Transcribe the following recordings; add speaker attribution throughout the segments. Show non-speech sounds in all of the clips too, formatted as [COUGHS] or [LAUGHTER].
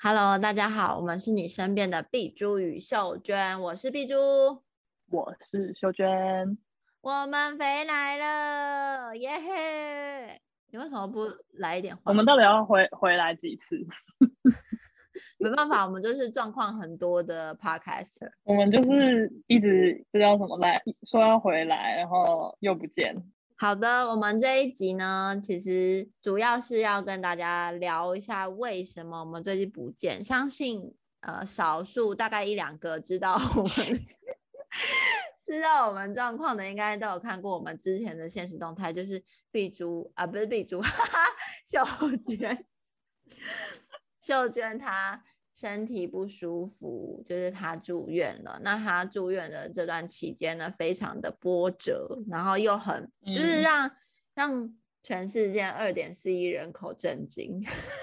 Speaker 1: Hello，大家好，我们是你身边的碧珠与秀娟，我是碧珠，
Speaker 2: 我是秀娟。
Speaker 1: 我们回来了，耶嘿！你为什么不来一点话？
Speaker 2: 我们到底要回回来几次？ [LAUGHS]
Speaker 1: 没办法，我们就是状况很多的 podcast。
Speaker 2: 我们就是一直不知道怎么来，说要回来，然后又不见。
Speaker 1: 好的，我们这一集呢，其实主要是要跟大家聊一下为什么我们最近不见。相信呃，少数大概一两个知道我们知道我们状况的，应该都有看过我们之前的现实动态，就是碧珠啊，不是碧珠， [LAUGHS] 哈哈，秀娟，秀娟她身体不舒服，就是她住院了。那她住院的这段期间呢，非常的波折，然后又很就是
Speaker 2: 嗯
Speaker 1: 让、让全世界二点四亿人口震惊。 [LAUGHS]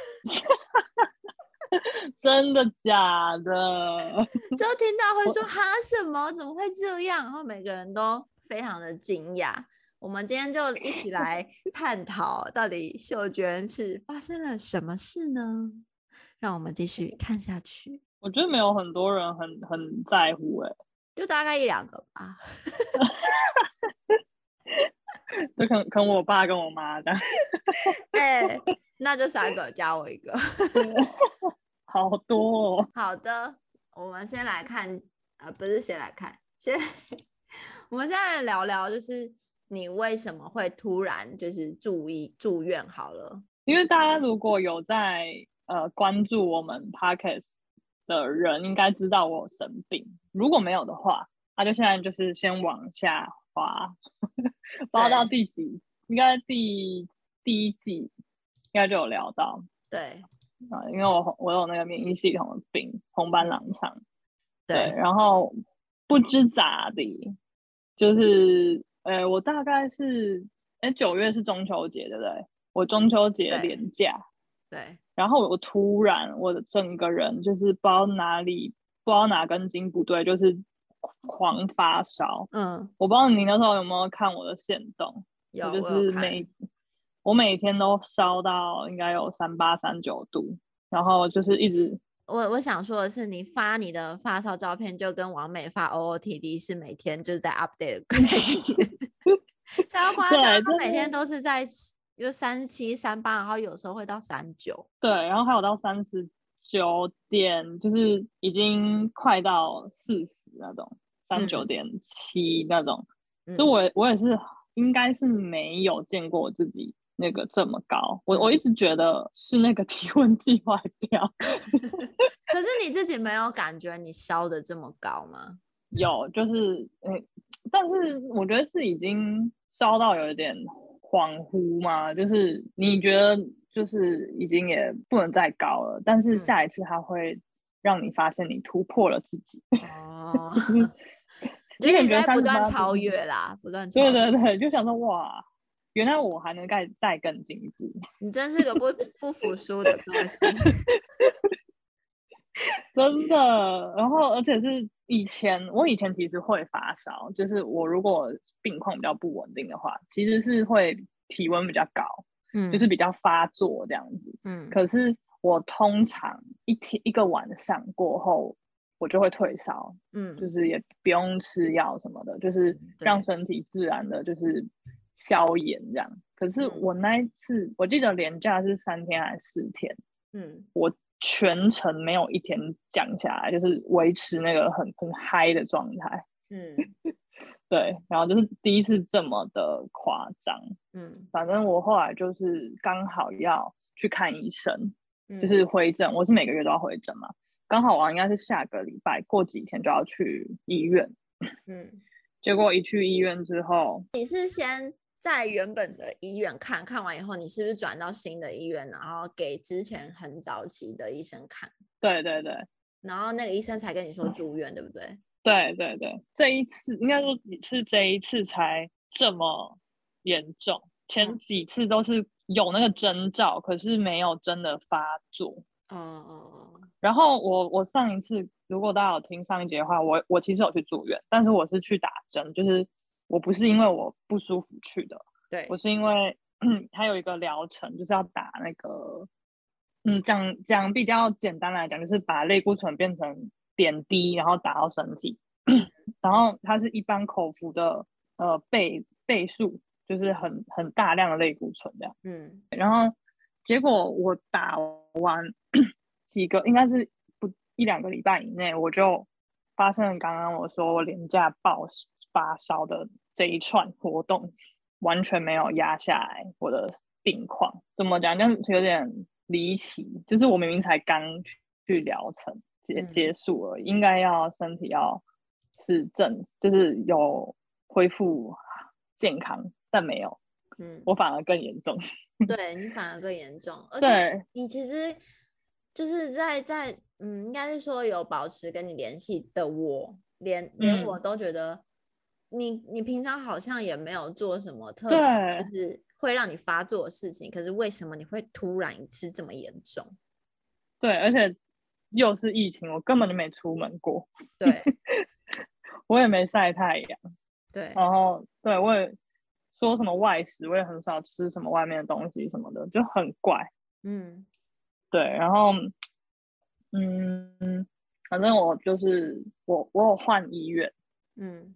Speaker 2: 真的假的？ [LAUGHS]
Speaker 1: 就听到会说哈什么？怎么会这样？然后每个人都非常的惊讶。我们今天就一起来探讨到底秀娟是发生了什么事呢？让我们继续看下去，
Speaker 2: 我觉得没有很多人很很在乎、欸，
Speaker 1: 就大概一两个吧。
Speaker 2: 就可能可能我爸跟我妈这样。
Speaker 1: 哎、那就三个加我一个。
Speaker 2: 好多、哦，
Speaker 1: 好的，我们先来看，呃，不是先来看，先我们先来聊聊，就是你为什么会突然就是住医住院？好了。
Speaker 2: 因为大家如果有在呃关注我们 podcast 的人，应该知道我有生病。如果没有的话，那就现在就是先往下滑， [LAUGHS] 滑到第几？应该第第一季应该就有聊到
Speaker 1: 对
Speaker 2: 啊、因为我我有那个免疫系统的病，红斑狼疮。对，
Speaker 1: 对，
Speaker 2: 然后不知咋的，就是呃，我大概是哎九月是中秋节，对不对？我中秋节
Speaker 1: 对
Speaker 2: 连假，
Speaker 1: 对，
Speaker 2: 然后我突然我的整个人就是不知道哪里不知道哪根筋不对，就是狂发烧。
Speaker 1: 嗯，
Speaker 2: 我不知道你那时候有没有看我的线动，
Speaker 1: 有，
Speaker 2: 我就
Speaker 1: 我有
Speaker 2: 是
Speaker 1: 看
Speaker 2: 每我每天都烧到应该有三八三九度，然后就是一直
Speaker 1: 我我想说的是，你发你的发烧照片，就跟王美发 OOTD 是每天就是在 update 的概念， [LAUGHS] 超夸
Speaker 2: 对
Speaker 1: 张，他
Speaker 2: 真
Speaker 1: 每天
Speaker 2: 的
Speaker 1: 都是在就三七三八，然后有时候会到三九，
Speaker 2: 对，然后还有到三十九点，就是已经快到四十那种，三九点七那种。
Speaker 1: 嗯
Speaker 2: 就我我也是，应该是没有见过我自己那个这么高。我
Speaker 1: 嗯
Speaker 2: 我一直觉得是那个 [LAUGHS] 体温计坏掉，
Speaker 1: [LAUGHS] 可是你自己没有感觉你烧的这么高吗？
Speaker 2: 有就是嗯，但是我觉得是已经烧到有一点恍惚嘛，就是你觉得就是已经也不能再高了，但是
Speaker 1: 嗯
Speaker 2: 下一次它会让你发现你突破了自己。，
Speaker 1: 哦 [LAUGHS] 就
Speaker 2: 感
Speaker 1: 你
Speaker 2: 觉
Speaker 1: 在不断
Speaker 2: 38
Speaker 1: 超
Speaker 2: [LAUGHS] 度
Speaker 1: 越啦，不断超
Speaker 2: 对
Speaker 1: 越，
Speaker 2: 对对，就想说哇，原来我还能再再更进步。
Speaker 1: 你真是个
Speaker 2: [LAUGHS]
Speaker 1: 不不服输的个性。
Speaker 2: 真的。然后，而且是以前，我以前其实会发烧，就是我如果病况比较不稳定的话，其实是会体温比较高，
Speaker 1: 嗯，
Speaker 2: [LAUGHS] 就是比较发作这样子。
Speaker 1: 嗯，
Speaker 2: 可是我通常一天一个晚上过后，我就会退烧，
Speaker 1: 嗯，
Speaker 2: 就是也不用吃药什么的，就是
Speaker 1: 对
Speaker 2: 让身体自然的就是消炎这样。可是
Speaker 1: 嗯
Speaker 2: 我那一次，我记得连假是三天还是四天，
Speaker 1: 嗯，
Speaker 2: 我全程没有一天降下来，就是维持那个很很嗨的状态。
Speaker 1: 嗯
Speaker 2: 对，然后就是第一次这么的夸张。
Speaker 1: 嗯
Speaker 2: 反正我后来就是刚好要去看医生，
Speaker 1: 嗯，
Speaker 2: 就是回诊，我是每个月都要回诊嘛。刚好我应该是下个礼拜过几天就要去医院，
Speaker 1: 嗯，
Speaker 2: 结果一去医院之后，
Speaker 1: 你是先在原本的医院看看完以后，你是不是转到新的医院，然后给之前很早期的医生看，
Speaker 2: 对对对，
Speaker 1: 然后那个医生才跟你
Speaker 2: 哦
Speaker 1: 说住院，对不对？
Speaker 2: 对对对，这一次应该说是这一次才这么严重，前
Speaker 1: 嗯
Speaker 2: 几次都是有那个征兆，可是没有真的发作。
Speaker 1: 哦哦哦，
Speaker 2: 然后我我上一次如果大家有听上一节的话，我我其实有去住院，但是我是去打针，就是我不是因为我不舒服去的，
Speaker 1: 对
Speaker 2: [CLEARS THROAT] 我，是因为它有一个疗程，就是要打那个嗯，讲讲比较简单来讲，就是把类固醇变成点滴，然后打到身体， [COUGHS] 然后它是一般口服的呃倍倍数，就是很很大量的类固醇这样。
Speaker 1: 嗯，
Speaker 2: 结果我打完几个，应该是不一两个礼拜以内，我就发生了刚刚我说我廉价暴发烧的这一串活动，完全没有压下来我的病况。怎么讲？就是有点离奇，就是我明明才刚去去疗程结
Speaker 1: 嗯
Speaker 2: 结束而已，应该要身体要是正，就是有恢复健康，但没有，
Speaker 1: 嗯，
Speaker 2: 我反而更严重。
Speaker 1: 对你反而更严重，而且
Speaker 2: 对
Speaker 1: 你其实就是在在嗯，应该是说有保持跟你联系的我，连连
Speaker 2: 嗯
Speaker 1: 我都觉得你你平常好像也没有做什么特别
Speaker 2: 对
Speaker 1: 就是会让你发作的事情，可是为什么你会突然一次这么严重？
Speaker 2: 对，而且又是疫情，我根本就没出门过， [LAUGHS]
Speaker 1: 对
Speaker 2: 我也没晒太阳，
Speaker 1: 对，
Speaker 2: 然后对我也说什么外食，我也很少吃什么外面的东西什么的，就很怪。
Speaker 1: 嗯
Speaker 2: 对，然后嗯，反正我就是我我有换医院，
Speaker 1: 嗯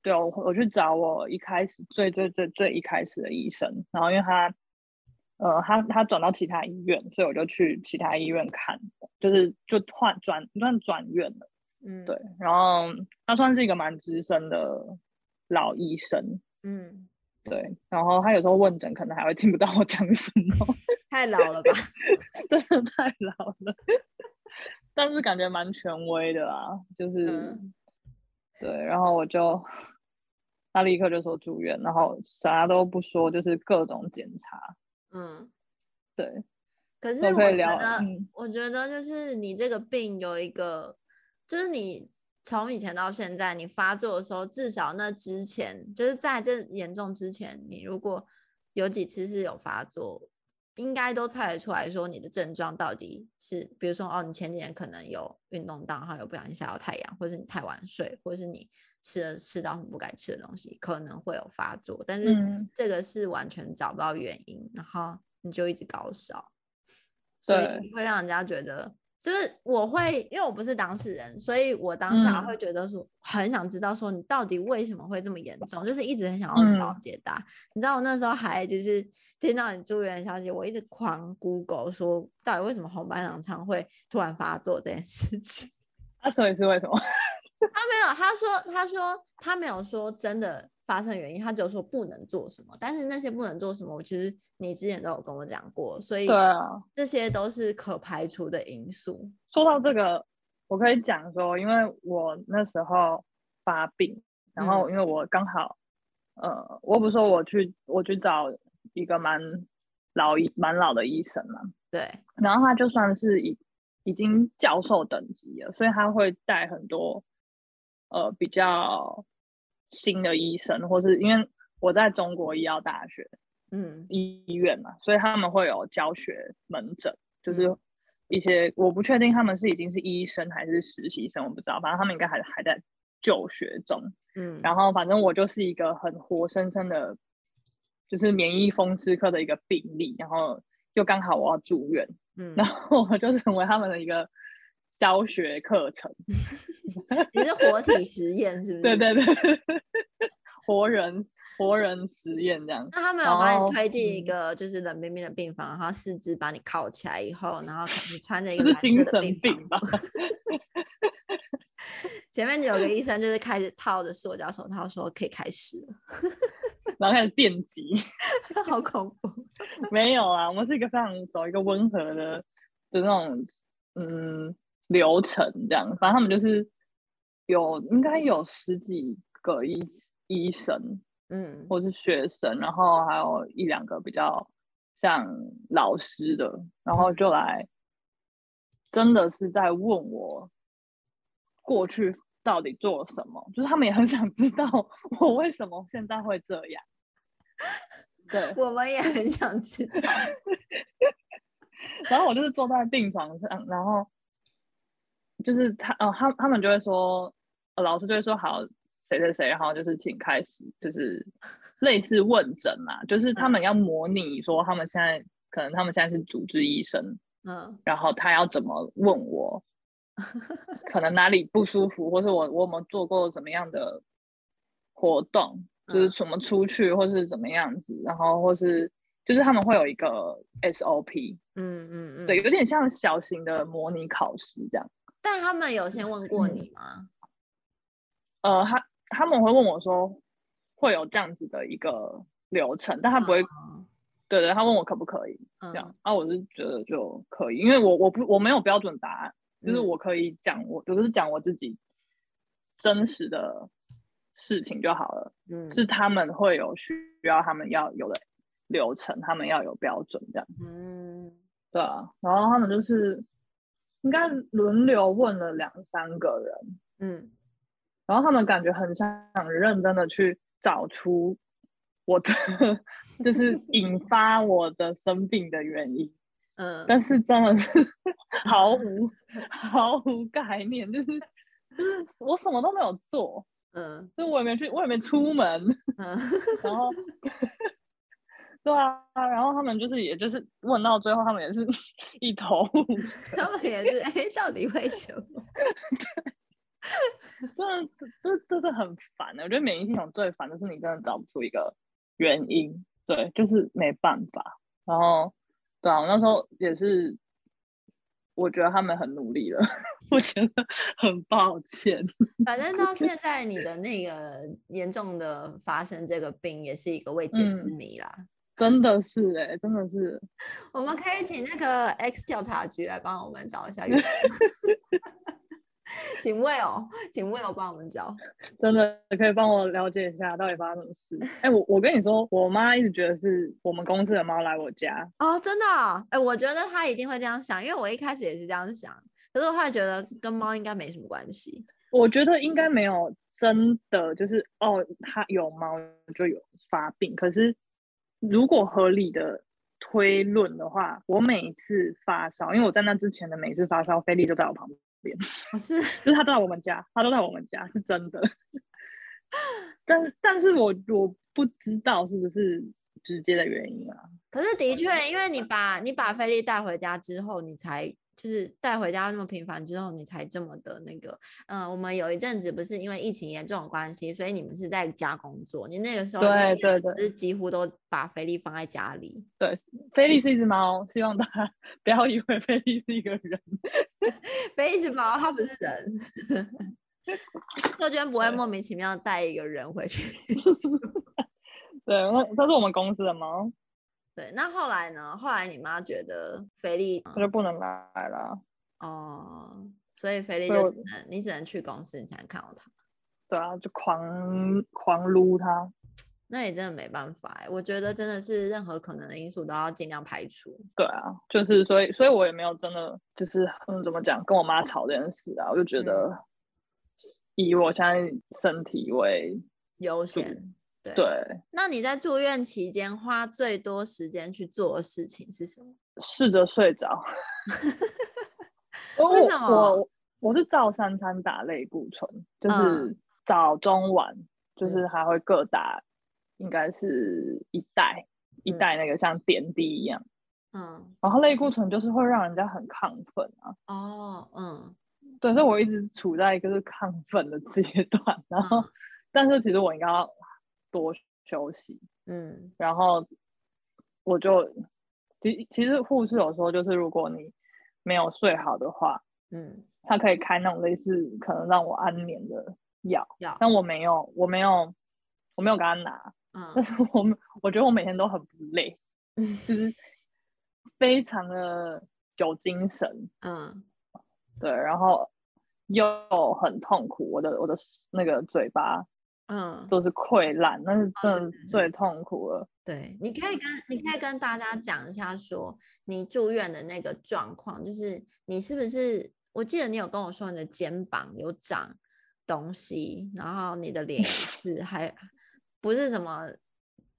Speaker 2: 对我我去找我一开始最最最最一开始的医生，然后因为他。呃，他他转到其他医院，所以我就去其他医院看，就是就换转算转院了。
Speaker 1: 嗯，
Speaker 2: 对，，然后他算是一个蛮资深的老医生，
Speaker 1: 嗯，
Speaker 2: 对，然后他有时候问诊可能还会听不到我讲什么， [LAUGHS]
Speaker 1: 太老了吧？ [LAUGHS]
Speaker 2: 真的太老了， [LAUGHS] 但是感觉蛮权威的啊，就是、
Speaker 1: 嗯
Speaker 2: 对，然后我就他立刻就说住院，然后啥都不说，就是各种检查，
Speaker 1: 嗯，
Speaker 2: 对，
Speaker 1: 可是
Speaker 2: 都
Speaker 1: 我
Speaker 2: 可以
Speaker 1: 觉
Speaker 2: 聊，
Speaker 1: 得
Speaker 2: 嗯，
Speaker 1: 我觉得就是你这个病有一个，就是你从以前到现在，你发作的时候，至少那之前，就是在这严重之前，你如果有几次是有发作，应该都猜得出来说你的症状到底是，比如说哦，你前几天可能有运动到，然后有不小心晒到太阳，或是你太晚睡，或是你吃了吃到什么不该吃的东西，可能会有发作，但是
Speaker 2: 嗯
Speaker 1: 这个是完全找不到原因，然后你就一直高烧。所
Speaker 2: 对
Speaker 1: 以会让人家觉得，就是我会，因为我不是当事人，所以我当下
Speaker 2: 嗯
Speaker 1: 会觉得说，很想知道说你到底为什么会这么严重，就是一直很想要了
Speaker 2: 嗯
Speaker 1: 解答。你知道我那时候还就是听到你住院的消息，我一直狂 Google 说，到底为什么红斑狼疮会突然发作这件事情。
Speaker 2: 啊，所以是为什么？
Speaker 1: 他没有，他说他说他没有说真的发生原因，他只有说不能做什么。但是那些不能做什么，我其实你之前都有跟我讲过，所以
Speaker 2: [LAUGHS] 对啊，
Speaker 1: 这些都是可排除的因素。
Speaker 2: 说到这个，我可以讲说，因为我那时候发病，然后因为我刚好，呃，我不是说我去我去找一个蛮老医蛮老的医生嘛，
Speaker 1: 对，
Speaker 2: 然后他就算是已已经教授等级了，所以他会带很多呃比较新的医生，或是因为我在中国医药大学，
Speaker 1: 嗯
Speaker 2: 医院嘛，所以他们会有教学门诊，就是
Speaker 1: 嗯
Speaker 2: 一些我不确定他们是已经是医生还是实习生，我不知道，反正他们应该还还在就学中。
Speaker 1: 嗯，
Speaker 2: 然后反正我就是一个很活生生的，就是免疫风湿科的一个病例，然后又刚好我要住院， [LAUGHS]
Speaker 1: 嗯，
Speaker 2: 然后我就成为他们的一个教学课程。
Speaker 1: 你是活体实验是不是？
Speaker 2: 对。对对， [LAUGHS] 活人活人实验这样。
Speaker 1: 那他们有把
Speaker 2: 哦
Speaker 1: 你推进一
Speaker 2: 嗯
Speaker 1: 个就是冷冰冰的病房，然后四肢把你铐起来以后，然后可能穿着一
Speaker 2: 这
Speaker 1: 个
Speaker 2: 是
Speaker 1: 蓝
Speaker 2: 精
Speaker 1: 色的病
Speaker 2: 神病
Speaker 1: 房
Speaker 2: 吧？
Speaker 1: 前面有个医生就是开始套着塑胶手套说可以开始了， [LAUGHS]
Speaker 2: 然后开始电击，
Speaker 1: 好恐怖。
Speaker 2: 没有啊，我们是一个非常走一个温和的的那种嗯流程这样，反正他们就是有应该有十几个医医生
Speaker 1: 嗯，
Speaker 2: 或是学生，然后还有一两个比较像老师的，然后就来真的是在问我过去到底做了什么，就是他们也很想知道 [LAUGHS] 我为什么现在会这样。对，
Speaker 1: 我们也很想知道。
Speaker 2: 然后我就是坐在病床上，然后就是他哦，他他们就会说，呃老师就会说好谁谁谁，然后就是请开始，就是类似问诊嘛，就是他们要模拟说他们现在可能他们现在是主治医生，
Speaker 1: 嗯
Speaker 2: 然后他要怎么问我，可能哪里不舒服，或是我我有没有做过怎么样的活动，就是
Speaker 1: 嗯
Speaker 2: 怎么出去，或是怎么样子，然后或是就是他们会有一个 SOP，
Speaker 1: 嗯嗯嗯，
Speaker 2: 对，。有点像小型的模拟考试这样。
Speaker 1: 但他们有先问过
Speaker 2: 嗯
Speaker 1: 你吗？
Speaker 2: 呃，他他们会问我说会有这样子的一个流程，但他不会，对对，他问我可不可以
Speaker 1: 啊嗯
Speaker 2: 这样，啊，我是觉得就可以，因为我我不我没有标准答案。就是
Speaker 1: 嗯
Speaker 2: 我可以讲我，我就是讲我自己真实的事情就好了。
Speaker 1: 嗯
Speaker 2: 是他们会有需要，他们要有的流程，他们要有标准这样，
Speaker 1: 嗯
Speaker 2: 对啊。然后他们就是应该轮流问了两三个人，
Speaker 1: 嗯
Speaker 2: 然后他们感觉很想认真的去找出我的， [LAUGHS] 就是引发我的生病的原因。
Speaker 1: 嗯，
Speaker 2: 但是真的是 [LAUGHS] 毫无毫无概念，就是就是我什么都没有做，
Speaker 1: 嗯
Speaker 2: 就我也没去，我也没出门，
Speaker 1: 嗯 [LAUGHS]
Speaker 2: 然后 [LAUGHS] 对啊，然后他们就是也就是问到最后，他们也是 [LAUGHS] 一头雾水，
Speaker 1: 他们也是，哎、到底为什么？ [LAUGHS]
Speaker 2: 真的这这这是很烦的。我觉得免疫系统最烦的是你真的找不出一个原因，对，就是没办法。然后对啊，我那时候也是。我觉得他们很努力了， [LAUGHS] 我觉得很抱歉。
Speaker 1: 反正到现在，你的那个严重的发生这个病，也是一个未解之
Speaker 2: 嗯
Speaker 1: 谜啦。
Speaker 2: 真的是哎、真的是，
Speaker 1: 我
Speaker 2: 嗯
Speaker 1: 们可以请那个 X 调查局来帮我们找一下
Speaker 2: [LAUGHS]
Speaker 1: 原因请 Will，请 Will 帮我们找。
Speaker 2: 真的可以帮我了解一下到底发生什么事？哎、我我跟你说，我妈一直觉得是我们公司的猫来我家，
Speaker 1: 哦，真的哦、哎、我觉得他一定会这样想，因为我一开始也是这样想，可是我后来觉得跟猫应该没什么关系。
Speaker 2: 我觉得应该没有真的就是哦，它有猫就有发病。可是如果合理的推论的话，我每一次发烧，因为我在那之前的每一次发烧，菲利都在我旁边，
Speaker 1: 我是
Speaker 2: 就是他都在我们家，他都在我们家，是真的。 [LAUGHS] 但是但是我我不知道是不是直接的原因啊。
Speaker 1: 可是的确，因为你把你把菲力带回家之后，你才就是带回家那么频繁之后，你才这么的那个。嗯、我们有一阵子不是因为疫情严重的关系，所以你们是在家工作，你那个时候一
Speaker 2: 对
Speaker 1: 年
Speaker 2: 对对
Speaker 1: 是几乎都把菲力放在家里。
Speaker 2: 菲利是一只猫，希望大家不要以为菲利是一个人。
Speaker 1: 菲力是猫，它不是人。 [LAUGHS] 秀娟不会
Speaker 2: 对
Speaker 1: 莫名其妙带一个人回去。
Speaker 2: 对，那这是我们公司的猫，
Speaker 1: 对，那后来呢？后来你妈觉得菲力
Speaker 2: 它就不能来了。
Speaker 1: 哦，所以菲力
Speaker 2: 所以
Speaker 1: 就
Speaker 2: 我
Speaker 1: 只能你只能去公司，你才能看到它。
Speaker 2: 对啊，就狂狂撸它。
Speaker 1: 那也真的没办法欸，我觉得真的是任何可能的因素都要尽量排除。
Speaker 2: 对啊，就是所以，所以我也没有真的就是嗯，怎么讲，跟我妈吵这件事啊，我就觉
Speaker 1: 嗯
Speaker 2: 得以我现在身体为
Speaker 1: 优
Speaker 2: 是
Speaker 1: 先。对，
Speaker 2: 对
Speaker 1: 那你在住院期间花最多时间去做的事情是什么？
Speaker 2: 试着睡
Speaker 1: [LAUGHS]
Speaker 2: 着。因
Speaker 1: 为
Speaker 2: 我
Speaker 1: 什么
Speaker 2: 我我是照三餐打类固醇，就
Speaker 1: 嗯
Speaker 2: 是早中晚，就
Speaker 1: 嗯
Speaker 2: 是还会各打，应该是一袋一
Speaker 1: 嗯
Speaker 2: 袋那个像点滴一样。
Speaker 1: 嗯，
Speaker 2: 然后类固醇就是会让人家很亢奋啊，
Speaker 1: 哦，嗯，
Speaker 2: 对，所以我一直处在一个是亢奋的阶段。然后，
Speaker 1: 嗯
Speaker 2: 但是其实我应该要多休息，
Speaker 1: 嗯
Speaker 2: 然后我就其其实护士有时候就是如果你没有睡好的话，
Speaker 1: 嗯，
Speaker 2: 他可以开那种类似可能让我安眠的药，
Speaker 1: 要，
Speaker 2: 但我没有，我没有，我没有给他拿， [LAUGHS] 但
Speaker 1: 嗯
Speaker 2: 是我们我觉得我每天都很不累，
Speaker 1: 嗯
Speaker 2: 就是非常的有精神，
Speaker 1: 嗯
Speaker 2: 对，然后又很痛苦，我的我的那个嘴巴
Speaker 1: 嗯，
Speaker 2: 都是溃烂，那是
Speaker 1: 哦对
Speaker 2: 真的最痛苦了。
Speaker 1: 对，你可以
Speaker 2: 嗯
Speaker 1: 跟你可以跟大家讲一下说你住院的那个状况，就是你是不是？我记得你有跟我说你的肩膀有长东西，然后你的
Speaker 2: [LAUGHS]
Speaker 1: 脸也是还不是什么，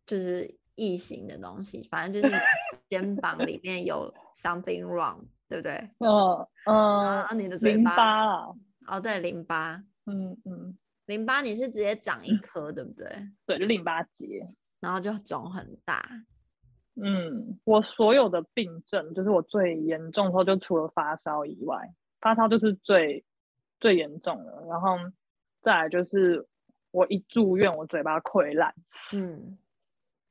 Speaker 1: 就是异形的东西，反正就是你
Speaker 2: [LAUGHS]
Speaker 1: 的肩膀里面有 something wrong，对不对？
Speaker 2: 嗯
Speaker 1: 然
Speaker 2: 嗯，
Speaker 1: 后你的啊嘴
Speaker 2: 淋
Speaker 1: 巴，
Speaker 2: 巴啦，
Speaker 1: 哦，对，淋巴，
Speaker 2: 嗯嗯，
Speaker 1: 淋巴你是直接长一颗，对不对？
Speaker 2: 对，就淋巴结。
Speaker 1: 然后就肿很大，
Speaker 2: 嗯，我所有的病症，就是我最严重的时候，就除了发烧以外，发烧就是最最严重的。然后再来就是我一住院，我嘴巴溃烂，
Speaker 1: 嗯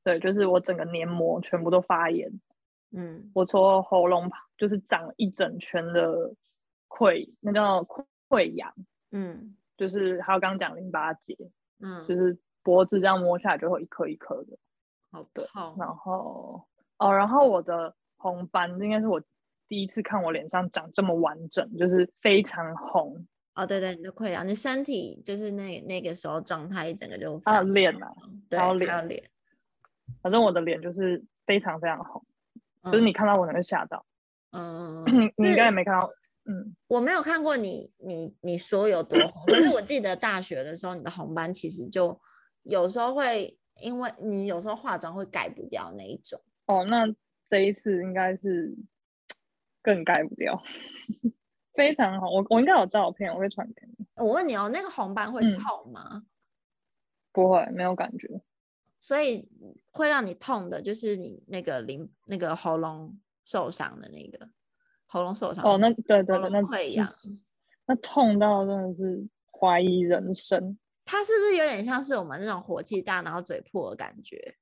Speaker 2: 对，就是我整个黏膜全部都发炎，
Speaker 1: 嗯
Speaker 2: 我从喉咙旁就是长了一整圈的溃，那叫溃溃疡，
Speaker 1: 嗯
Speaker 2: 就是还有刚刚讲淋巴结，就
Speaker 1: 嗯，
Speaker 2: 是脖子这样摸下来就会一颗一颗的。
Speaker 1: 好
Speaker 2: 对
Speaker 1: 痛，
Speaker 2: 然后哦，然后我的红斑应该是我第一次看我脸上长这么完整，就是非常红
Speaker 1: 哦对对，你的溃疡，你身体就是那那个时候状态一整个就非
Speaker 2: 啊，
Speaker 1: 常
Speaker 2: 脸啊，
Speaker 1: 对，
Speaker 2: 还有
Speaker 1: 还有脸，
Speaker 2: 反正我的脸就是非常非常红，就是
Speaker 1: 嗯
Speaker 2: 你看到我可能会吓到，
Speaker 1: 嗯嗯嗯
Speaker 2: [CLEARS THROAT] 你你应该也
Speaker 1: 是
Speaker 2: 没看到，嗯，
Speaker 1: 我没有看过你你你说有多红，可是我记得大学的时候，你的红斑其实就有时候会因为你有时候化妆会盖不掉那一种。
Speaker 2: 哦，那这一次应该是更盖不掉，非常红，我我应该有照片，我会传给你，
Speaker 1: 我问你哦，那个红斑会
Speaker 2: 嗯
Speaker 1: 痛吗？
Speaker 2: 不会没有感觉，
Speaker 1: 所以会让你痛的，就是你那个淋那个喉咙受伤的那个喉咙受伤的
Speaker 2: 哦，那对对
Speaker 1: 喉
Speaker 2: 对，
Speaker 1: 咙
Speaker 2: 那
Speaker 1: 溃
Speaker 2: 就
Speaker 1: 疡
Speaker 2: 是那痛到真的是怀疑人生。
Speaker 1: 它是不是有点像是我们那种火气大然后嘴破的感觉？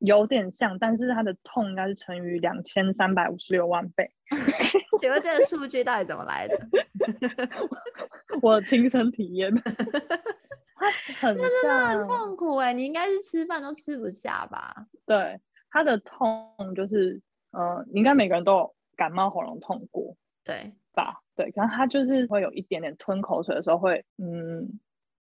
Speaker 2: 有点像，但是它的痛应该是乘以两千三百五十六万倍。
Speaker 1: 请问这个数据到底怎么来
Speaker 2: [LAUGHS] 嗯
Speaker 1: 的？
Speaker 2: 我亲身体验， [LAUGHS] 它很像，
Speaker 1: 痛苦哎、你应该是吃饭都吃不下吧？
Speaker 2: 对，它的痛就是，呃，应该每个人都有感冒喉咙痛过
Speaker 1: 对，
Speaker 2: 吧？对，然后它就是会有一点点吞口水的时候会，嗯，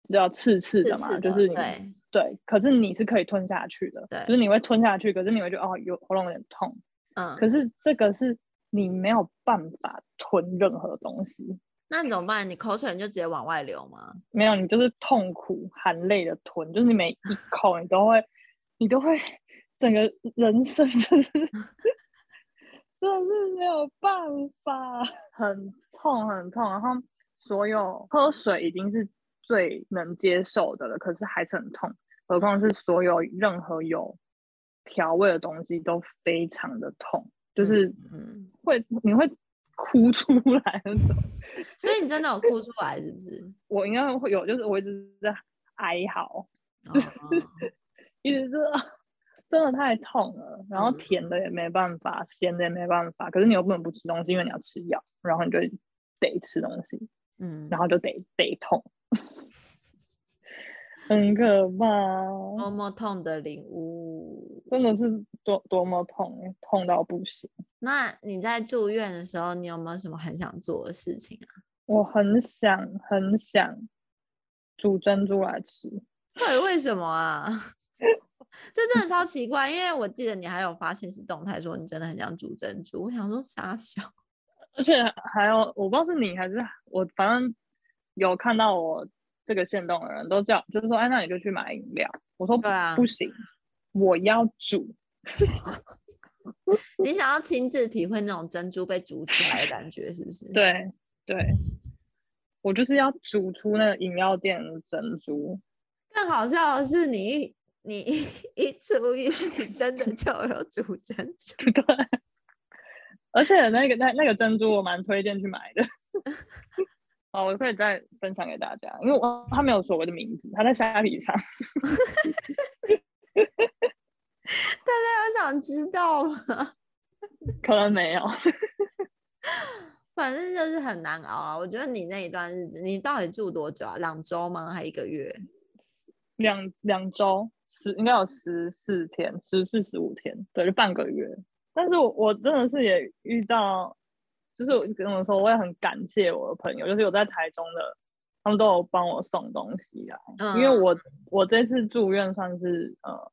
Speaker 2: 比较刺刺
Speaker 1: 是
Speaker 2: 的嘛，就是你
Speaker 1: 对。
Speaker 2: 对，可是你是可以吞下去的，
Speaker 1: 对
Speaker 2: 就是你会吞下去，可是你会觉得哦，有喉咙有点痛，
Speaker 1: 嗯，
Speaker 2: 可是这个是你没有办法吞任何东西，
Speaker 1: 那你怎么办？你口水你就直接往外流吗？
Speaker 2: 没有，你就是痛苦含泪的吞，就是你每一 [LAUGHS] 口你都会，你都会整个人生就是真的是没有办法，很痛很痛。然后所有喝水已经是最能接受的了，可是还是很痛，何况是所有任何有调味的东西都非常的痛，就是
Speaker 1: 嗯，
Speaker 2: 会你会哭出来那种。 [LAUGHS]
Speaker 1: 所以你真的有哭出来是不是？
Speaker 2: 我应该会有，就是我一直在哀嚎， [LAUGHS]
Speaker 1: 哦
Speaker 2: 一直是啊 [LAUGHS] 真的太痛了，然后
Speaker 1: 嗯
Speaker 2: 甜的也没办法，咸的也没办法，可是你又不能不吃东西，因为你要吃药，然后你就得吃东西，
Speaker 1: 嗯，
Speaker 2: 然后就得得痛，很可怕，
Speaker 1: 多么痛的领悟。
Speaker 2: 真的是多多么痛欸，痛到不行。
Speaker 1: 那你在住院的时候，你有没有什么很想做的事情啊？
Speaker 2: 我很想很想煮珍珠来吃，
Speaker 1: 到底为什么啊？ [LAUGHS] 这真的超奇怪，因为我记得你还有发现是动态说你真的很想煮珍珠，我想说傻笑。
Speaker 2: 而且还有，我不知道是你还是我，反正有看到我这个线动的人都叫，就是说，哎，那你就去买饮料。我说不、
Speaker 1: 对啊
Speaker 2: 不行，我要煮。
Speaker 1: 你想要亲自体会那种珍珠被煮出来的感觉，是不是？，
Speaker 2: 对对，我就是要煮出那个饮料店的珍珠。
Speaker 1: 更好笑的是你一，你一 [LAUGHS] 一出狱，你真的就有煮珍珠。
Speaker 2: 对，而且那个那那个珍珠，我蛮推荐去买的。 [LAUGHS] 哦，我可以再分享给大家，因为我他没有所谓的名字，他在虾皮上。
Speaker 1: 我想知道吗？
Speaker 2: 可能没有。
Speaker 1: 反正就是很难熬啊。我觉得你那一段日子，你到底住多久啊？两周吗？还一个月？
Speaker 2: 两两周十应该有十四天，十四十五天，对，就半个月。但是我我真的是也遇到，就是我跟我说，我也很感谢我的朋友，就是有在台中的，他们都有帮我送东西来，
Speaker 1: 嗯，
Speaker 2: 因为我我这次住院算是呃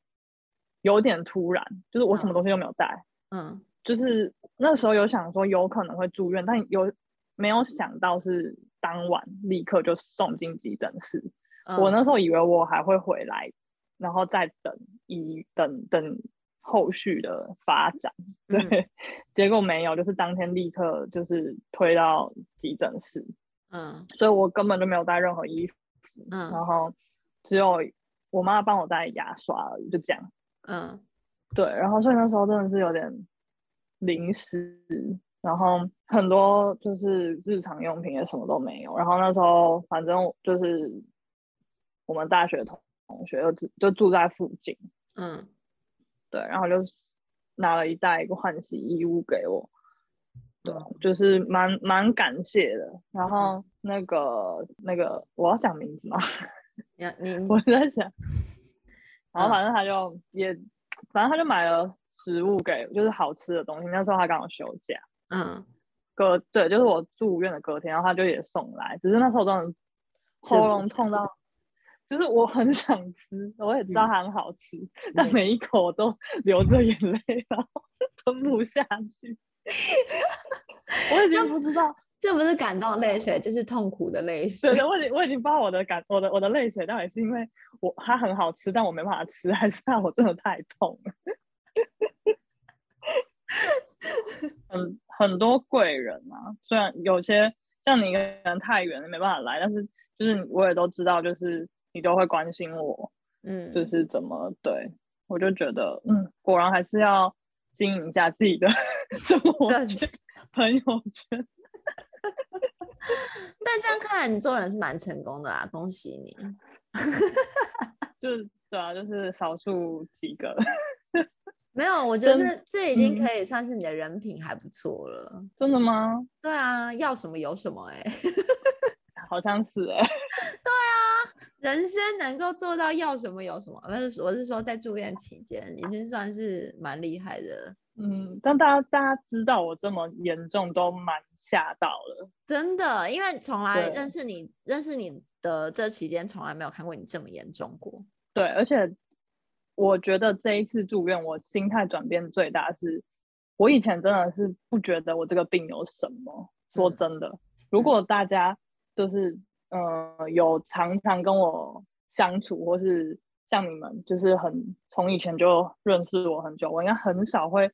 Speaker 2: 有点突然，就是我什
Speaker 1: 嗯
Speaker 2: 么东西都没有带，
Speaker 1: 嗯
Speaker 2: 就是那时候有想说有可能会住院，但有没有想到是当晚立刻就送进急诊室，我
Speaker 1: 嗯
Speaker 2: 那时候以为我还会回来，然后再等一等等后续的发展，对，
Speaker 1: 嗯
Speaker 2: [LAUGHS] 结果没有，就是当天立刻就是推到急诊室，
Speaker 1: 嗯
Speaker 2: 所以我根本就没有带任何衣服，
Speaker 1: 嗯
Speaker 2: 然后只有我妈帮我带牙刷而已，就这样。
Speaker 1: 嗯，
Speaker 2: 对，然后所以那时候真的是有点临时，然后很多就是日常用品也什么都没有。然后那时候反正就是我们大学同同学就住就住在附近，
Speaker 1: 嗯，
Speaker 2: 对，然后就拿了一袋换洗衣物给我，对
Speaker 1: 嗯，
Speaker 2: 就是蛮蛮感谢的。然
Speaker 1: 嗯
Speaker 2: 后那个那个我要讲名字吗？
Speaker 1: 你要你
Speaker 2: 我在
Speaker 1: [LAUGHS]
Speaker 2: 想，然后
Speaker 1: 嗯
Speaker 2: 反正他就也，反正他就买了食物给，就是好吃的东西。那时候他刚好休假，
Speaker 1: 嗯，
Speaker 2: 隔对，就是我住院的隔天，然后他就也送来。只是那时候真的
Speaker 1: 吃不
Speaker 2: 喉咙痛到，就是我很想吃，我也知道它很好吃，但
Speaker 1: 嗯
Speaker 2: 每一口我都流着眼泪，然后 [LAUGHS] 吞不下
Speaker 1: [LAUGHS]
Speaker 2: 去。我已经不知道，
Speaker 1: 这不是感动泪水，这是痛苦的泪水
Speaker 2: [LAUGHS] 对。对，我已经我已经不知道我的感，我的我的泪水到底是因为我它很好吃，但我没办法吃，还是它我真的太痛了。 [LAUGHS] 很很多贵人啊，虽然有些像你一个人太远了没办法来，但是就是我也都知道，就是你都会关心我，
Speaker 1: 嗯，
Speaker 2: 就是怎么对我就觉得嗯，果然还是要经营一下自己的 [LAUGHS] 生活
Speaker 1: 这样
Speaker 2: 圈
Speaker 1: 子。
Speaker 2: 朋友圈。
Speaker 1: 但这样看来，你做人是蛮成功的啊，恭喜你。
Speaker 2: 就是对啊，就是少数几个， [LAUGHS]
Speaker 1: 没有，我觉得
Speaker 2: 真
Speaker 1: 这这已经
Speaker 2: 嗯
Speaker 1: 可以算是你的人品还不错了。
Speaker 2: 真的吗？
Speaker 1: 对啊，要什么有什么哎、 [LAUGHS]
Speaker 2: 好像是哎、
Speaker 1: 人生能够做到要什么有什么，不是我是说在住院期间已经算是蛮厉害的了，
Speaker 2: 嗯，但大家大家知道我这么严重，都蛮吓到了。
Speaker 1: 真的，因为从来
Speaker 2: 对
Speaker 1: 认识你认识你的这期间，从来没有看过你这么严重过。
Speaker 2: 对，而且我觉得这一次住院，我心态转变最大是，我以前真的是不觉得我这个病有什么。说
Speaker 1: 嗯
Speaker 2: 真的，如
Speaker 1: 嗯
Speaker 2: 果大家就是呃有常常跟我相处，或是像你们就是很从以前就认识我很久，我应该很少会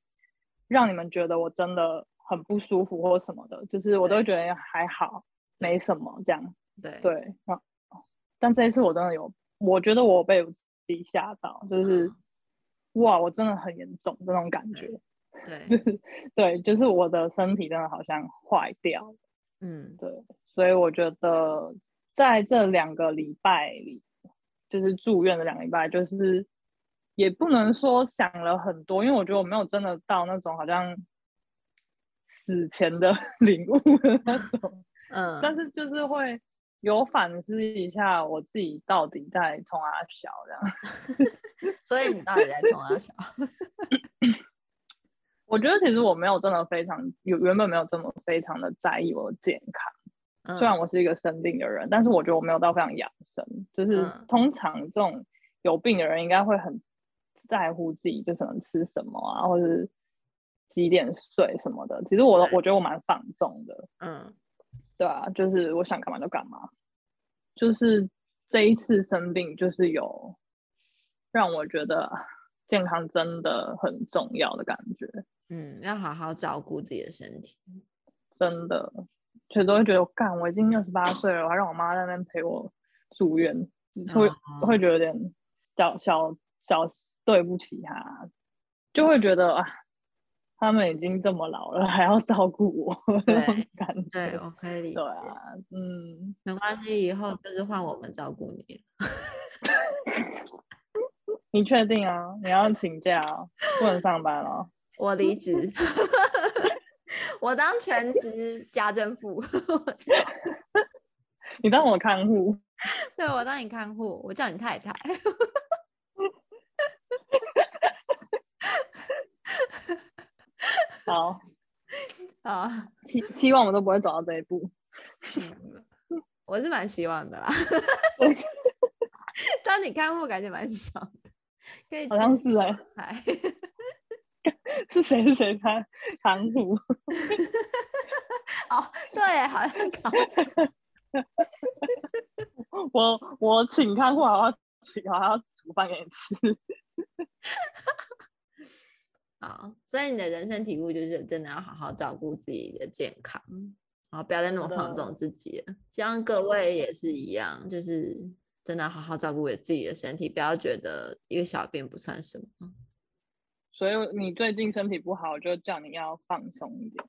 Speaker 2: 让你们觉得我真的很不舒服或什么的，就是我都会觉得还好，没什么这样。
Speaker 1: 对，
Speaker 2: 对，啊，但这一次我真的有，我觉得我被我自己吓到，就是、哇，我真的很严重这种感觉。
Speaker 1: 对，
Speaker 2: [LAUGHS] 对，就是我的身体真的好像坏掉了。
Speaker 1: 嗯，
Speaker 2: 对，所以我觉得在这两个礼拜里，就是住院的两个礼拜，就是也不能说想了很多，因为我觉得我没有真的到那种好像死前的 [LAUGHS] 领悟的那种。
Speaker 1: 嗯，
Speaker 2: 但是就是会有反思一下我自己到底在冲啊小这样。
Speaker 1: 嗯所以你到底在冲他 [LAUGHS] 小？
Speaker 2: 我觉得其实我没有真的非常有原本没有这么非常的在意我的健康，
Speaker 1: 嗯
Speaker 2: 虽然我是一个生病的人，但是我觉得我没有到非常养生。就是
Speaker 1: 嗯
Speaker 2: 通常这种有病的人应该会很在乎自己，就是能吃什么啊，或者是几点睡什么的。其实我我觉得我蛮放纵的，
Speaker 1: 嗯
Speaker 2: 对啊，就是我想干嘛就干嘛。就是这一次生病，就是有让我觉得健康真的很重要的感觉，
Speaker 1: 嗯，要好好照顾自己的身体。
Speaker 2: 真的，就都会觉得，干，我已经二十八岁了，我还让我妈在那边陪我住院，
Speaker 1: 嗯
Speaker 2: 会、会觉得有点小小小对不起她，就会觉得啊，他们已经这么老了，还要照顾我， [LAUGHS] 那种
Speaker 1: 对
Speaker 2: 感觉，
Speaker 1: 对，我可以理解
Speaker 2: 对，啊，嗯。
Speaker 1: 没关系，以后就是换我们照顾你。
Speaker 2: 你确定啊？你要请假哦，不能上班哦。
Speaker 1: 我离职， [LAUGHS] 我当全职家政妇， [LAUGHS]
Speaker 2: 你当我看护，
Speaker 1: 对我当你看护，我叫你太太。
Speaker 2: 好， [LAUGHS]
Speaker 1: 啊、
Speaker 2: 希希望我们都不会走到这一步。
Speaker 1: 嗯我是蛮希望的啦。 [LAUGHS] 当你看护，感觉蛮爽的，可以
Speaker 2: 好像
Speaker 1: 吃
Speaker 2: 是哎、
Speaker 1: 菜。 [LAUGHS]
Speaker 2: 是谁是谁看看护？
Speaker 1: 哦，对，好像
Speaker 2: [LAUGHS]
Speaker 1: 搞
Speaker 2: 我我请看护，好要请，好要煮饭给你吃。
Speaker 1: 好，所以你的人生体悟就是真的要好好照顾自己的健康，
Speaker 2: 嗯
Speaker 1: 然后不要再那么
Speaker 2: 真
Speaker 1: 放
Speaker 2: 的
Speaker 1: 纵自己了。希望各位也是一样，就是真的好好照顾自己的身体，不要觉得一个小病不算什么。
Speaker 2: 所以你最近身体不好，就叫你要放松一点。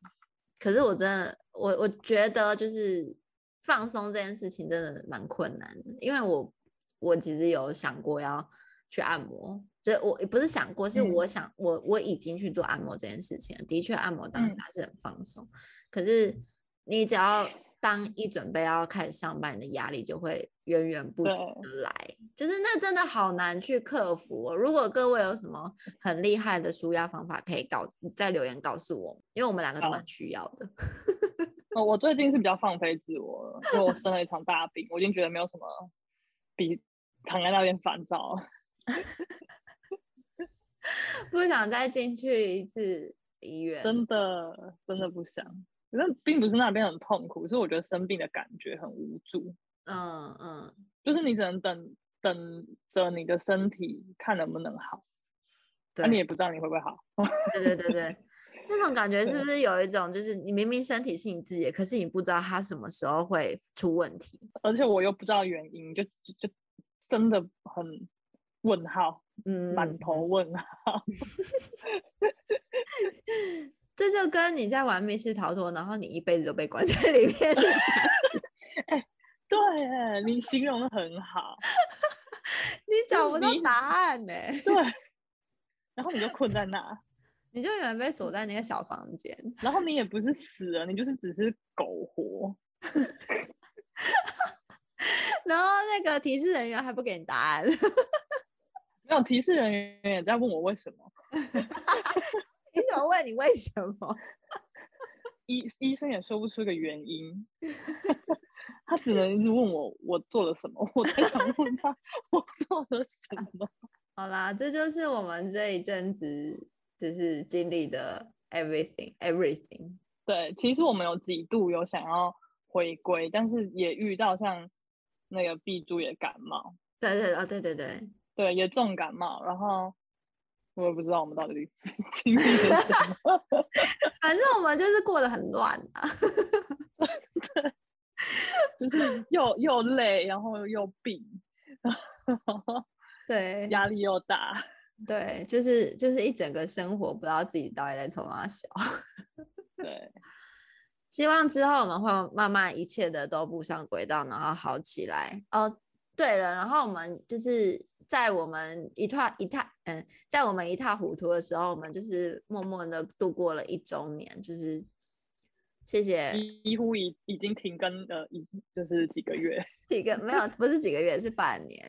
Speaker 1: 可是我真的，我我觉得就是放松这件事情真的蛮困难的，因为我我其实有想过要去按摩，就是我不是想过，是我想、我我已经去做按摩这件事情了，的确按摩当下
Speaker 2: 嗯
Speaker 1: 是很放松，可是你只要当一准备要开始上班，你的压力就会源源不绝
Speaker 2: 对
Speaker 1: 的来，就是那真的好难去克服、哦。如果各位有什么很厉害的舒压方法，可以告在留言告诉我，因为我们两个都
Speaker 2: 好
Speaker 1: 蛮需要的。 [LAUGHS]
Speaker 2: 哦，我最近是比较放飞自我了，因为我生了一场大病，我已经觉得没有什么比躺在那边烦躁了。
Speaker 1: 不想再进去一次医院。
Speaker 2: 真的真的不想。那并不是那边很痛苦，是我觉得生病的感觉很无助，
Speaker 1: 嗯嗯，
Speaker 2: 就是你只能等等着你的身体看能不能好，
Speaker 1: 对，
Speaker 2: 那、啊你也不知道你会不会好。
Speaker 1: 对对对
Speaker 2: [LAUGHS]
Speaker 1: 对，那种感觉是
Speaker 2: 对
Speaker 1: 不是有一种就是你明明身体是你自己的，可是你不知道它什么时候会出问题？
Speaker 2: 而且我又不知道原因，就就就真的很问号，
Speaker 1: 嗯，
Speaker 2: 满头问号。 [LAUGHS]
Speaker 1: 这就跟你在玩密室逃脱，然后你一辈子都被关在里面，
Speaker 2: 对耶，你形容的很好，
Speaker 1: [LAUGHS] 你找不到
Speaker 2: 你
Speaker 1: 答案呢、
Speaker 2: 对，然后你就困在那，
Speaker 1: 你就永远被锁在那个小房间。 [LAUGHS]
Speaker 2: 然后你也不是死了，你就是只是苟活。
Speaker 1: 然后那个提示人员还不给你答案，提
Speaker 2: 没有提示人员也在问我为什么。
Speaker 1: 怎么 [LAUGHS] 问你为什么？ [LAUGHS]
Speaker 2: 医医生也说不出个原因，他只能一直问我我做了什么，我才想问他我做了什么。
Speaker 1: 好啦，这就是我们这一阵子就是经历的 everything everything。
Speaker 2: 对，其实我们有几度有想要回归，但是也遇到像那个 B 猪也感冒，
Speaker 1: 对对哦，对对对，
Speaker 2: 对，也重感冒，然后我也不知道我们到底 [LAUGHS] 经历了什么。
Speaker 1: 反正我们就是过得很乱啊。
Speaker 2: 就是又又累，然后又病， [LAUGHS]
Speaker 1: 对
Speaker 2: 压力又大。
Speaker 1: 对，就是就是一整个生活，不知道自己到底在啊从哪想。
Speaker 2: 对，
Speaker 1: 希望之后我们会慢慢一切的都步上轨道，然后好起来。哦，对了，然后我们就是在我们一塌一塌，嗯，在我们一塌糊涂的时候，我们就是默默的度过了一周年，就是谢谢
Speaker 2: 几乎已已经停更了一就是几个月。
Speaker 1: 几个没有不是几个月，是半年，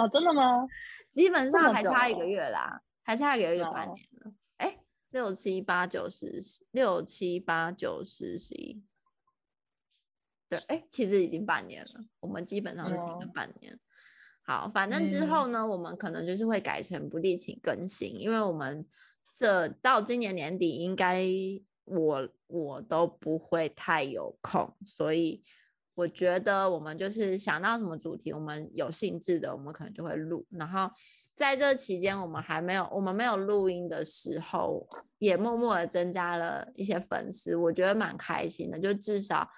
Speaker 2: 哦，真的吗？
Speaker 1: 基本
Speaker 2: 这
Speaker 1: 上
Speaker 2: 么
Speaker 1: 还
Speaker 2: 久
Speaker 1: 差一
Speaker 2: 哦
Speaker 1: 个月啦，还差一个月就半
Speaker 2: 哦
Speaker 1: 年了。哎，六七八九十十，六七八九十十一，对，哎，其实已经半年了，我们基本上是停了
Speaker 2: 哦
Speaker 1: 半年。好，反正之后呢，我们可能就是会改成不定期更新，因为我们这到今年年底应该我我都不会太有空，所以我觉得我们就是想到什么主题，我们有兴致的，我们可能就会录。然后在这期间，我们还没有我们没有录音的时候，也默默的增加了一些粉丝，我觉得蛮开心的，就至少。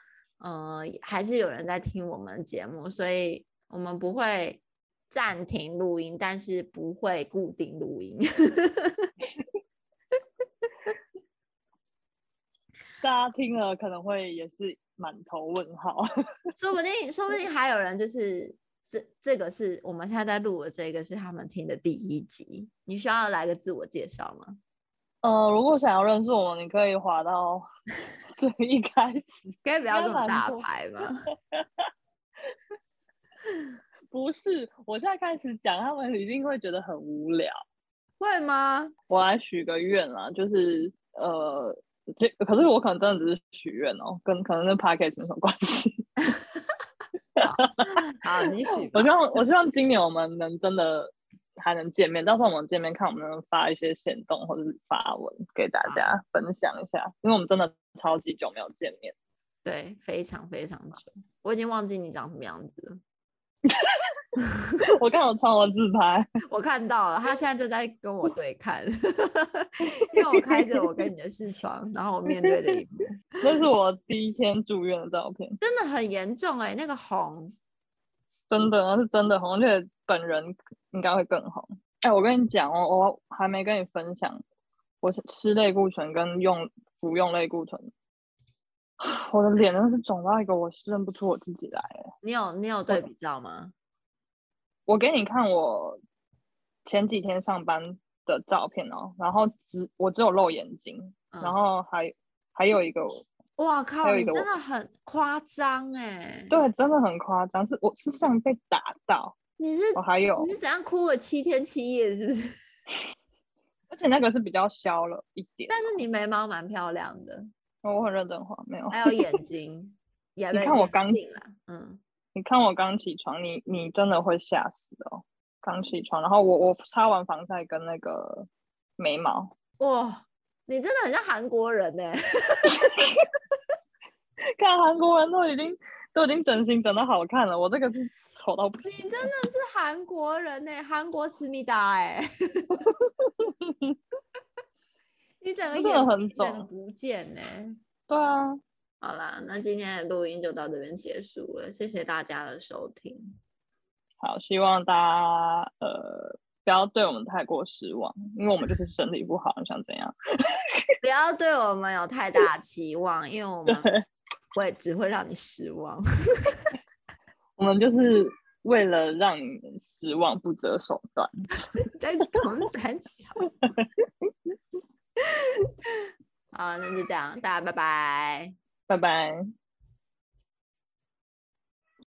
Speaker 1: 嗯、还是有人在听我们的节目，所以我们不会暂停录音，但是不会固定录音。 [LAUGHS]
Speaker 2: 大家听了可能会也是满头问号。 [LAUGHS]
Speaker 1: 说不定，说不定还有人就是这这个是我们现在在录的这个是他们听的第一集。你需要来个自我介绍吗？
Speaker 2: 呃，如果想要认识我们，你可以滑到 [LAUGHS] 最一开始，
Speaker 1: 可以不要
Speaker 2: 要
Speaker 1: 这么
Speaker 2: 懒
Speaker 1: 大
Speaker 2: 惰
Speaker 1: 牌 [LAUGHS] 吗？
Speaker 2: 不是我现在开始讲，他们一定会觉得很无聊。
Speaker 1: 会吗？
Speaker 2: 我来许个愿啦，就是呃，这可是我可能真的只是许愿哦，跟可能跟 podcast 没什么关 [LAUGHS] 系。
Speaker 1: 好，你许吧
Speaker 2: 我希望我希望今年我们能真的还能见面，到时候我们见面看我们能不能发一些行动或者是发文给大家分享一下，因为我们真的超级久没有见面。
Speaker 1: 对，非常非常久，我已经忘记你长什么样子了。
Speaker 2: 我刚有传我自拍，
Speaker 1: 我看到了，他现在正在跟我对看， [LAUGHS] 因为我开着我跟你的视窗，然后我面对着你，
Speaker 2: 那是我第一天住院的照片，
Speaker 1: 真的很严重哎、那个红，
Speaker 2: 真的，那是真的红，而且本人应该会更红。哎、我跟你讲，我我还没跟你分享，我是吃类固醇跟用服用类固醇，我的脸真的是肿到一个我是认不出我自己来了。
Speaker 1: 你有你有对比照吗？
Speaker 2: 我给你看我前几天上班的照片哦，然后只我只有露眼睛，
Speaker 1: 嗯、
Speaker 2: 然后还还有一个，
Speaker 1: 哇靠，
Speaker 2: 有一
Speaker 1: 你
Speaker 2: 个
Speaker 1: 真
Speaker 2: 我
Speaker 1: 的很夸张哎！，
Speaker 2: 对，真的很夸张，是我是像被打到，
Speaker 1: 你是
Speaker 2: 我还有
Speaker 1: 你是怎样哭了七天七夜是不 [LAUGHS] 是？
Speaker 2: 而且那个是比较消了一点，
Speaker 1: 但是你眉毛蛮漂亮的，
Speaker 2: 我很认真画，没有。
Speaker 1: 还有眼睛也
Speaker 2: 你
Speaker 1: 被
Speaker 2: 看我
Speaker 1: 眼
Speaker 2: 刚
Speaker 1: 镜啦，嗯，
Speaker 2: 你看我刚起床，你你真的会吓死哦，刚起床，然后我我擦完防晒跟那个眉毛， [LAUGHS]
Speaker 1: 哇，你真的很像韩国人哎！ [LAUGHS]
Speaker 2: 看韩国人都已经都已经整形整的好看了，我这个是丑到不
Speaker 1: 你
Speaker 2: 行
Speaker 1: 真。的是韩国人呢、哎韩国思密达哎、 [LAUGHS] 你整个
Speaker 2: 真的
Speaker 1: 眼
Speaker 2: 很
Speaker 1: 睛整个
Speaker 2: 肿
Speaker 1: 不见呢、哎
Speaker 2: 对啊，
Speaker 1: 好啦，那今天的录音就到这边结束了，谢谢大家的收听。
Speaker 2: 好，希望大家呃不要对我们太过失望，因为我们就是身体不好，你想怎样？
Speaker 1: 不要对我们有太大期望，因为我
Speaker 2: 对
Speaker 1: 们，会只会让你失望。
Speaker 2: 我们就是为了让你们失望不择手段。
Speaker 1: 在讲三 [LAUGHS] 小。好，那就这样，大家拜拜。
Speaker 2: 拜拜。